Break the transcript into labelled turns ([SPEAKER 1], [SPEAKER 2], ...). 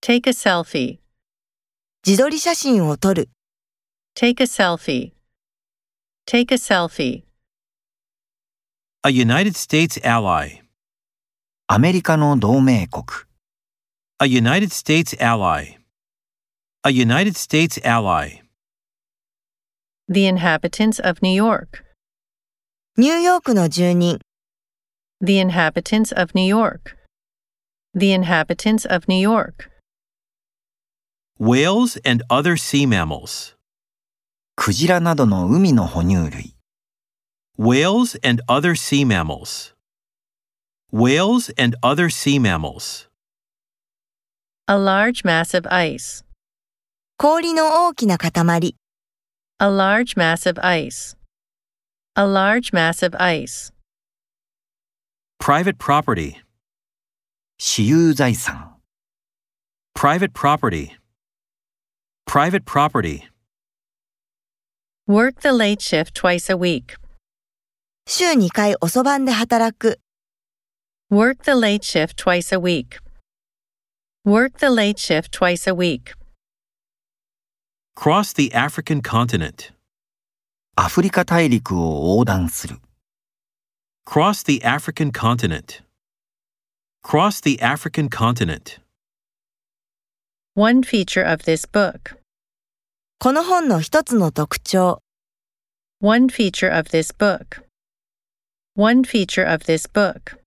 [SPEAKER 1] Take a selfie.
[SPEAKER 2] 自撮り写真を撮る、
[SPEAKER 1] Take a selfie. Take a selfie.
[SPEAKER 3] A United States ally.
[SPEAKER 4] アメリカの同盟国、
[SPEAKER 3] A United States ally. A United States ally.
[SPEAKER 1] The inhabitants of New York.
[SPEAKER 2] ニューヨークの住人、
[SPEAKER 1] The inhabitants of New York. The inhabitants of New York.
[SPEAKER 3] Whales and other sea mammals.
[SPEAKER 4] クジラなどの海の哺乳類、
[SPEAKER 3] Whales and other sea mammals. Whales and other sea mammals.
[SPEAKER 1] A large mass of ice.
[SPEAKER 2] 氷の大きな塊、
[SPEAKER 1] A large mass of ice. A large mass of ice.
[SPEAKER 3] Private property.
[SPEAKER 4] 私有財産、
[SPEAKER 3] Private property. Private property.
[SPEAKER 1] Work the late shift twice a week.
[SPEAKER 2] 週2回遅番で働く、
[SPEAKER 1] Work the late shift twice a week. Work the late shift twice a week.
[SPEAKER 3] Cross the African continent.
[SPEAKER 4] アフリカ大陸を横断する。
[SPEAKER 3] Cross the African continent. Cross the African continent.
[SPEAKER 1] One feature of this book.
[SPEAKER 2] この本の一つの特徴、
[SPEAKER 1] One feature of this book. One feature of this book.